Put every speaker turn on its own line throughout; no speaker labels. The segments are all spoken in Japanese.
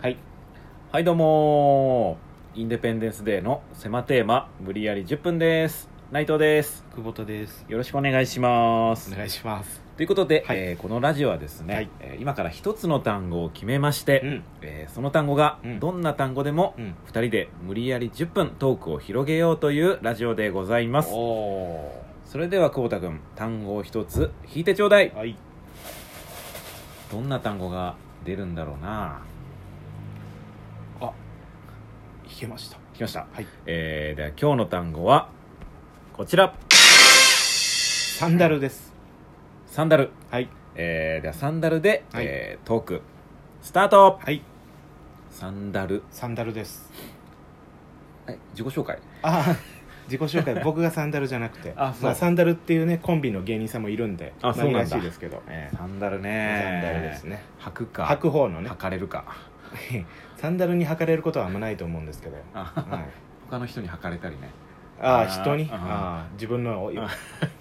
はいはいどうもーインデペンデンスデーの狭テーマ無理やり10分です内藤です
久保田です
よろしくお願いします
お願いします
ということで、
はい
えーこのラジオはですね、
はい
えー今から一つの単語を決めまして、
ん
えーその単語が
うん
どんな単語でも
うん
2人で無理やり10分トークを広げようというラジオでございます
お
それでは久保田君単語を一つ引いてちょうだい
ーはい
どんな単語が出るんだろうな
あ引けました
来ました、
はい
えーでは今日の単語はこちら
サンダルです
サンダル、
はい
えーではサンダルで、
はい
えートークスタート
はい
サンダル
サンダルです
え自己紹介
あー自己紹介 僕がサンダルじゃなくて
あそう
まあ、サンダルっていうねコンビの芸人さんもいるんで
あそうなん
ま
だ
いらしいですけど、ええ
サンダル
サン
ね
ダルですね
履くか
履く方のね
履かれるか
サンダルに履かれることはあんまないと思うんですけど、はい、
あ 他の人に履かれたりね
あ
あ
あ
ー
人に
あー
ああ自分の
あ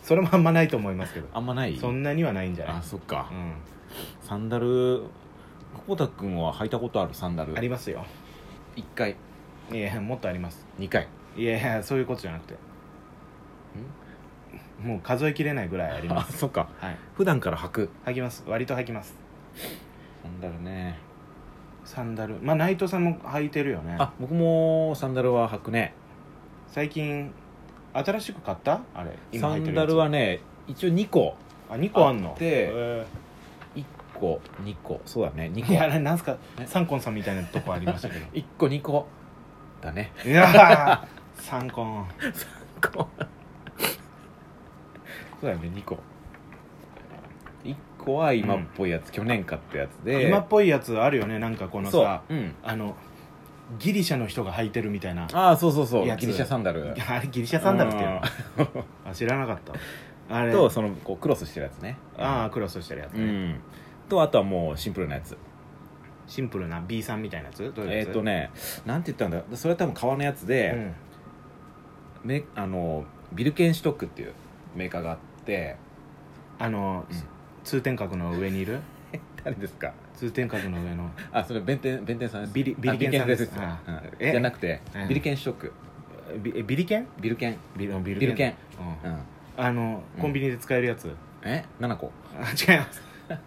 それもあんまないと思いますけど
あんまない
そんなにはないんじゃない
あそっか
う、ん
サンダル久保田君は履いたことあるサンダル
ありますよ
1回
いやもっとあります
2回
いやいやそういうことじゃなくてもう数えきれないぐらいありま
あ
す
そっか
はい
普段から履く
履きます割と履きます
サンダルね
サンダルまあ内藤さんも履いてるよね
あ僕もサンダルは履くね
最近新しく買ったあれ
サ
履いてる
ン
や
ダ
つ
ルはね一応2個
あ2個あんの
あって
え
1個2個そうだね2
ーいやあ
個
れなんすか
え
サンコンさんみたいなとこありま したけど
1個2個だね
いや ーサンコン
こうそうだよね2個1個は今っぽいやつ、去年買ったやつで
今っぽいやつあるよねなんかこのさ
そう、うん、
あのギリシャの人が履いてるみたいな
ああそうそうそう
やつ
ギリシャサンダル
あれギリシャサンダルっていうのあ知らなかったあれ
とそのこうクロスしてるやつね
ああクロスしてるやつ
う
ね、
んとあとはもうシンプルなやつ
シンプルな B さんみたいなやつどういう
え
や
っ、
つ
とねなんて言ったんだそれは多分革のやつ
う
で、
ん
めあのビルケンシュトックっていうメーカーがあって
あの、
うん
通天閣の上にいる
誰ですか
通天閣の上 の
あそれ弁天弁天さんです
ビリビリケンさん
あ
です
ビリさん
あ
うん
え
じゃなくて、
うん
ビルケンシュトック
ビえビリケン
ビルケン
ビビ
ビルケン、
う
うんん、
あの
うん
コンビニで使えるやつ、
え七7個
あ違います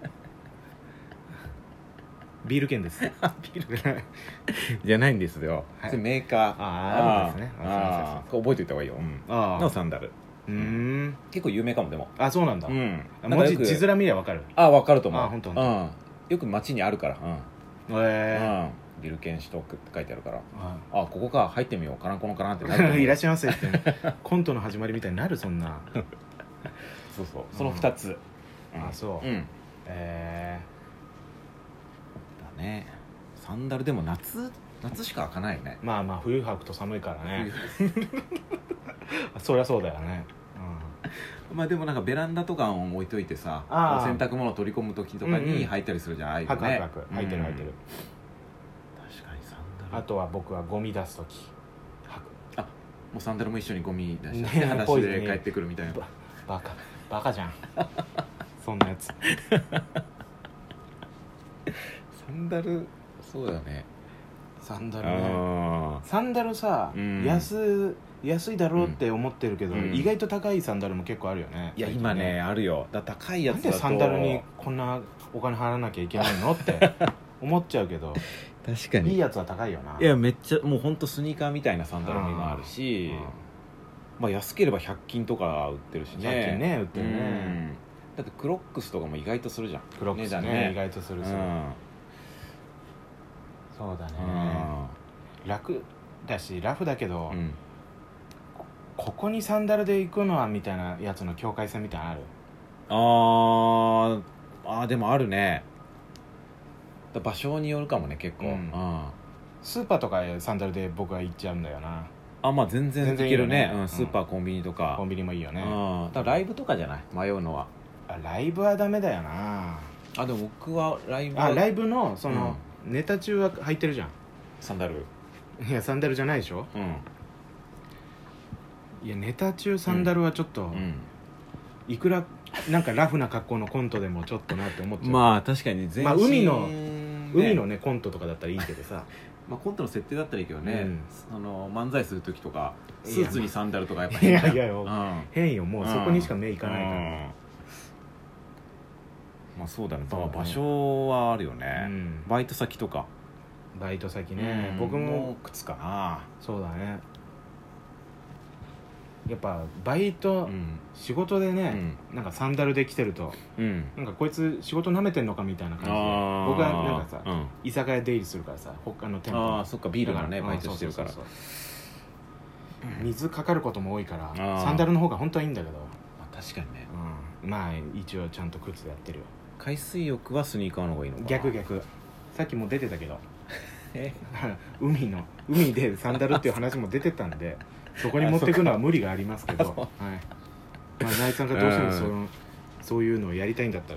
ビール券ですビール券
じゃないんですよ、
はい
それメーカー
あーあるんですね
あー
あ
これ覚えておいた方がいいよ、うん、
ああ
のサンダル
うーん
結構有名かもでも
あそうなんだ、
ん
文字
なんかよく
字面見りゃわかる
あ分かると思う
あ本当
う
本当
ん、よく街にあるから、うん
え
うん、ビルケンシュトックって書いてあるから
えあ
あここか入ってみようかなこのかなってなると思
あ
う
いらっしゃいませ ってコントの始まりみたいになるそんな
そうそうその2つ、
うんあそう
うん
え
だねサンダルでも夏夏しか開かないよね
えまあまあ冬履くと寒いからねそりゃそうだよね、
まあでもなんかベランダとか置いといてさ
あー
洗濯物取り込む時とか
うんう
に
ん
履いたりするじゃん、ああ
う
い
ん、
うの
はくは
ね
くはく履いてる
うん
履いてる、
確かにサンダ
あ
ル
とは僕はゴミ出す時履く
もうサンダルも一緒にゴミ出して、
ね
裸
ぽ
足
いね
で帰ってくるみたいな
ばバカバカじゃ んそんなやつ
サンダルそうだね
サンダルね
あ
サンダルさ、
うん
安安いだろうって思ってるけど、
うん
意外と高いサンダルも結構あるよね
ーいや今ねあるよだ高いや
なん
つだ
で
と
サンダルにこんなお金払わなきゃいけないのって 思っちゃうけど
確か
いい
に
やつは高いよない
やめっちゃもうほんとスニーカーみたいなサンダルにもある
うん
しまあ安ければ100均とか売ってるしね
最近ね売ってるね、
うんだってクロックスとかも意外とするじゃん
クロックスね
値段ね
意外とするする、
うん
そうだね、
う
楽だしラフだけど、
ん
ここにサンダルで行くのはみたいなやつの境界線みたいなのある
あーあーでもあるねだ場所によるかもね結構、
うん
あ
スーパーとかへサンダルで僕は行っちゃうんだよな
あまあ全然い
全然いい
けるね
よね
うん、スーパーコンビニとか、
コンビニもいいよね
うん、だからライブとかじゃない迷うのは
あライブはダメだよな
あでも僕はライブは
あライブのその、ネタ中は履いてるじゃ
サンダル
んいやサンダルじゃないでしょ
うん、
いやネタ中サンダルはちょっと、いくらなんかラフな格好のコントでもちょっとなって思っちゃう、
まあ確かに全身
まあ海の海のねコントとかだったらいいけどさ
まあ、コントの設定だったらいいけどね、
うん
あの漫才する時とか
いや
スーツにサンダルとかやっぱ
い
変
や
だ
いやいや
うん、
変よもうそこにしか目いかないから
うんまあそうだねだから
そうだね
場所はあるよね、
うん
バイト先とか
バイト先
う
ね
ん
僕
も
も
う
靴かな
あ
そうだねやっぱバイ
あ
ト、
うん
仕事で
う
ね、
ん、
なんかサンダルで来てると
うん、
なんかこいつ仕事なめてんのかみたいな感じで
ああ
僕はなんかさ、
うん
居酒屋出入りするからさ他の店舗
ああそっかビールがね
だ
バイトしてるから
そうそうそうそう水かかることも多いから
ー
サンダルの方が本当はいいんだけど、
まあ確かにね
まあ一応ちゃんと靴でやってるよ
海水浴はスニーカーの方がいいのかな
逆逆さっきも出てたけど
え
海の海でサンダルっていう話も出てたんでそこに持ってくのは無理がありますけど、はいまあ、内さんがどうしてもそのそういうのをやりたいんだった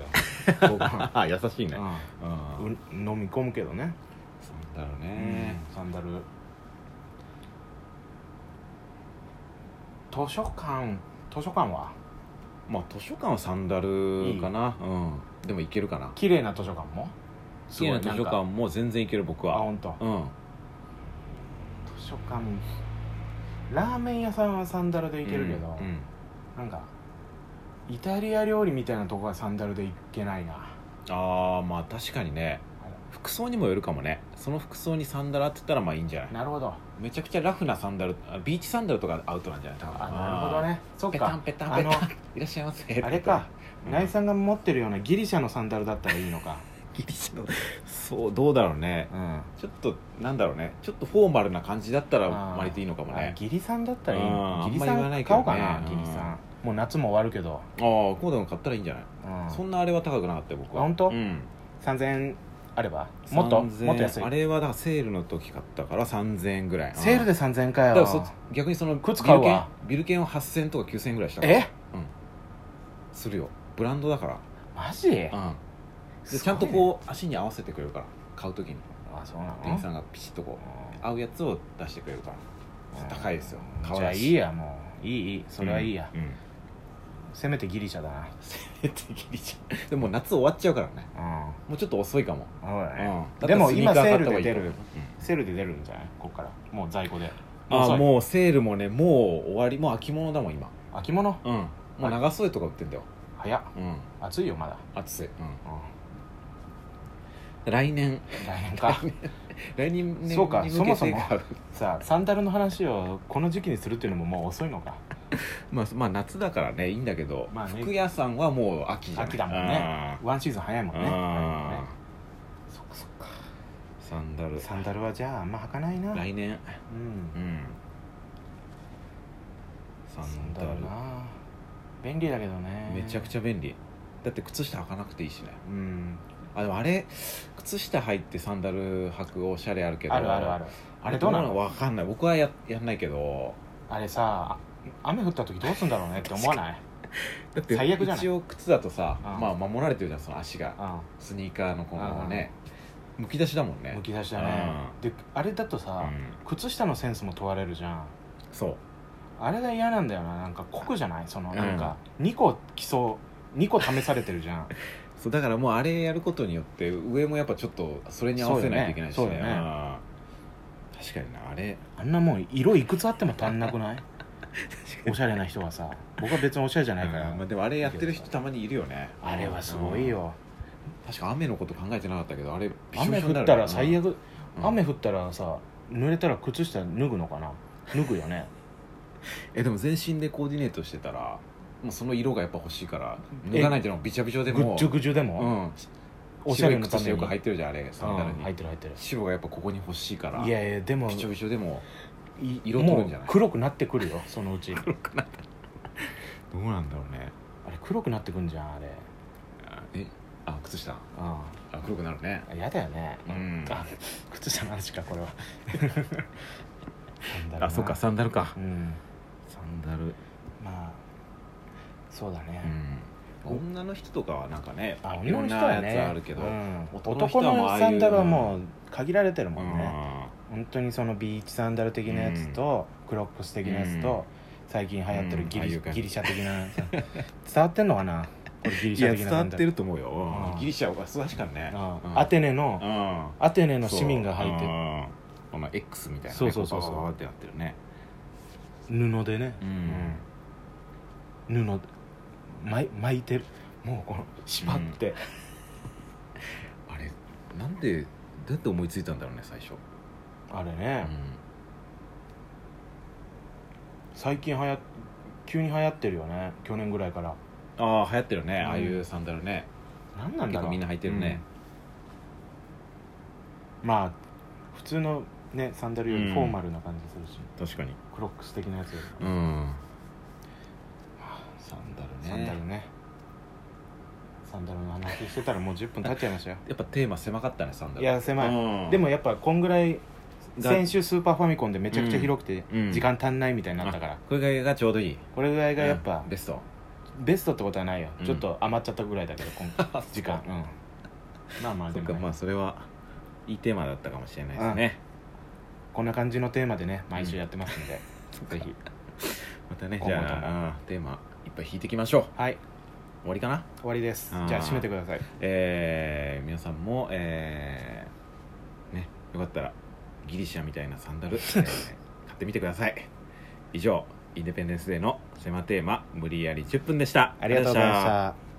ら僕は
あ優しいね
う
うん
んう飲み込むけどね、
そうだろうね
うんサンダル図書館図書館は
まあ図書館はサンダルかなうんでも行けるかな
綺麗な図書館もす
好き
ごい
な図書
なんか
館も全然行ける僕
あ
は
本当。
うん
図書館ラーメン屋さんはサンダルで行けるけど、
うんうん
なんかイタリア料理みたいなとこはサンダルで行けないな
ああまあ確かにね服装にもよるかもねその服装にサンダル合ってたらまあいいんじゃない
なるほど
めちゃくちゃラフなサンダルあビーチサンダルとかアウトなんじゃない多分
あなるほどねそっ
ペタ
か
ンペタン
あ
ペタ
の
ンいらっしゃいませ
あれか
うん
ナイさんが持ってるようなギリシャのサンダルだったらいいのか
ギリシャのそうどうだろうね
うん
ちょっとなんだろうねちょっとフォーマルな感じだったら
あー
割といいのかも
あ
ね
ギリさんだったらいい
うん
のギリ
あ
さ
んま言わない
ん
けど
買お
ね
うかなギリさんもう夏も終わるけど、
ああコードも買ったらいいんじゃない、
うん、
そんなあれは高くなかったよ僕は
あ本当
うん
3000円あればもっと
3000
もっと安い
あれはだからセールの時買ったから3000円ぐらい
セールで
うん
3000円かよ
だからそ逆にその
靴買うわ
ビル券ビル券を8000円とか9000円ぐらいしたから
え
するよブランドだから
マジ
うんですちゃんと
ごいね
こう足に合わせてくれるから買う時に
あそうなの
店員さんがピシッとこう合うやつを出してくれるから
うん
高いですよ
じ
可
ゃあ
愛
い
いし
いやもういいいいそれはいいや、
うんうん
せめてギリシャだな
えっとギリシャ でも夏終わっちゃうからね
う
もうちょっと遅いか
ん
も、
おい、
うん
でも今
だっ
セ
たら
ール
スニカ買った方が
で
いい
出
と思
る
う
セールで出るんじゃないこっからもう在庫で
うんあ
遅
あ
い
もうセールもねもう終わりもう秋物だもん今
秋物
うんもう長袖とか売ってんだよ
早っ
うん
暑いよまだ、
暑い、う
う
ん、来年
ん、来年 か
来年に
そうか
向けて
そもそも
買う
さあサンダルの話をこの時期にするっていうのももう遅いのか
まあ、まあ夏だからねいいんだけど、
まあね
服屋さんはもう秋じゃない
秋だもんねワンシーズン早いもん
う
ね
んうん
ねそっかそっか
サンダル
サンダルはじゃああんま履かないな
来年
うん
うんサ
サ
ン
ン
ダ
ダ
ル
ルな便利だけどね
めちゃくちゃ便利だって靴下履かなくていいしね
うん
あでもあれ靴下履いてサンダル履くおしゃれあるけど
あるあるある
あ
あ
れ
れ
ど
どう
うな
な
の
の
わかんない僕はややんないけど
あれさあ雨降った時どうすんだろうねって思わ ない、
だって
最悪じゃない
一応靴だとさ
うん
まあ守られてるじゃんその足が
う
スニーカーのこのねむき出しだもん
ん、
ね
むき出しだねであれだと
う
さ、
ん
靴下のセンスも問われるじゃん
そう
あれが嫌なんだよななんか酷じゃないそのなんか2個基礎2個試されてるじゃん
そうだからもうあれやることによって上もやっぱちょっとそれに合わせないといけないしね
そうだよねそうだ
うん確かになあれ
あんなもん色いくつあっても足んなくないおしゃれな人はさ僕は別におしゃれじゃないから、
うんまあ、でもあれやってる人たまにいるよね
あれはすごい、よ、
うん確か雨のこと考えてなかったけどあれびしょび
雨
しょ
降
になるね
ったら最悪、
うん
雨降ったらさ濡れたら靴下脱ぐのかな脱ぐよね
えでも全身でコーディネートしてたらもうその色がやっぱ欲しいから脱がないというのもびちゃびちゃで
ぐ
も
っちょぐちょで
う
も、
ん
お
お
し
し
ゃ
ゃ
れ
れ
の
靴
た
下
めに
よく履いてるじゃんあれサンダル
うん入っ
に
てる入ってる
白がやっぱここに欲しいから
いやいやでも
びちょびちょ でも
い
色取るんじゃない
もう黒くなってくるよそのうちあ
どうなんだろうね
れ黒くなってくんじゃんあれ
あえあ靴下
あ
あ黒くなるね
あ嫌だよね、
うん
あ靴下の話か これはなんだろうな
あそっかサンダルか
うん
サンダル
まあそうだね、
うん女の人とかはなんかね
あ
い
女
ろ
の
ん
人
な
はね
やつあるけど
うん
男の人
男
はもう
の
ああいう
サンダルはもう限られてるもんね、
ね
本当にそのビーチサンダル的なやつと、クロックス的なやつと、最近流行ってるギリ,、
うんああいう感じ
ギリシャ的なやつ伝わってんのかなこれギリ
い
シャ
や
的な
伝わってる
と
と思うよ、
うん
ギリシャは素晴らしかったねうん
アテネの
うん
アテネの市民が履いてる
いてこの X みたいな、ね、
そうそうそうそう
こババババってなってるね
布でね
う、
うん布巻い巻いてるもうこの縛って、
あれなんでどうやって思いついたんだろうね最初、
あれね、最近はや急に流行ってるよね去年ぐらいから
ああ流行ってるね、
うん
ああいうサンダルね
何なんだ
結
ろ
構
う
みんな履いてるね、
うんまあ普通のねサンダルより
うん
フォーマルな感じするし、
確かに
クロックス的なやつより
うんサンダルね
サンダルねサンダルの話してたらもう10分経っちゃいましたよ
やっぱテーマ狭かったねサンダル
いや狭い、
うん
でもやっぱこんぐらい
が
先週スーパーファミコンでめちゃくちゃ広くて
うん
時間足んないみたいになったから、
あこれぐらいがちょうどいい
これぐらいがやっぱ
うんベスト
ベストってことはないよ、
うん
ちょっと余っちゃったぐらいだけど今 回時間、うんまあまあ
そ
で
っ
も
か
ね、
まあそれはいいテーマだったかもしれないですね
こんな感じのテーマでね毎週やってますんで、ぜひ
またね
今
じ
後とも
ゃあうんテーマいっぱい引いていきましょう
はい
終わりかな
終わりです
あー
じゃあ締めてください
えー皆さんもえーねよかったらギリシャみたいなサ ンダル、えー買ってみてください以上インデペンデンスデーの狭テーマ無理やり10分でした
ありがとうございまし
ありがとうございました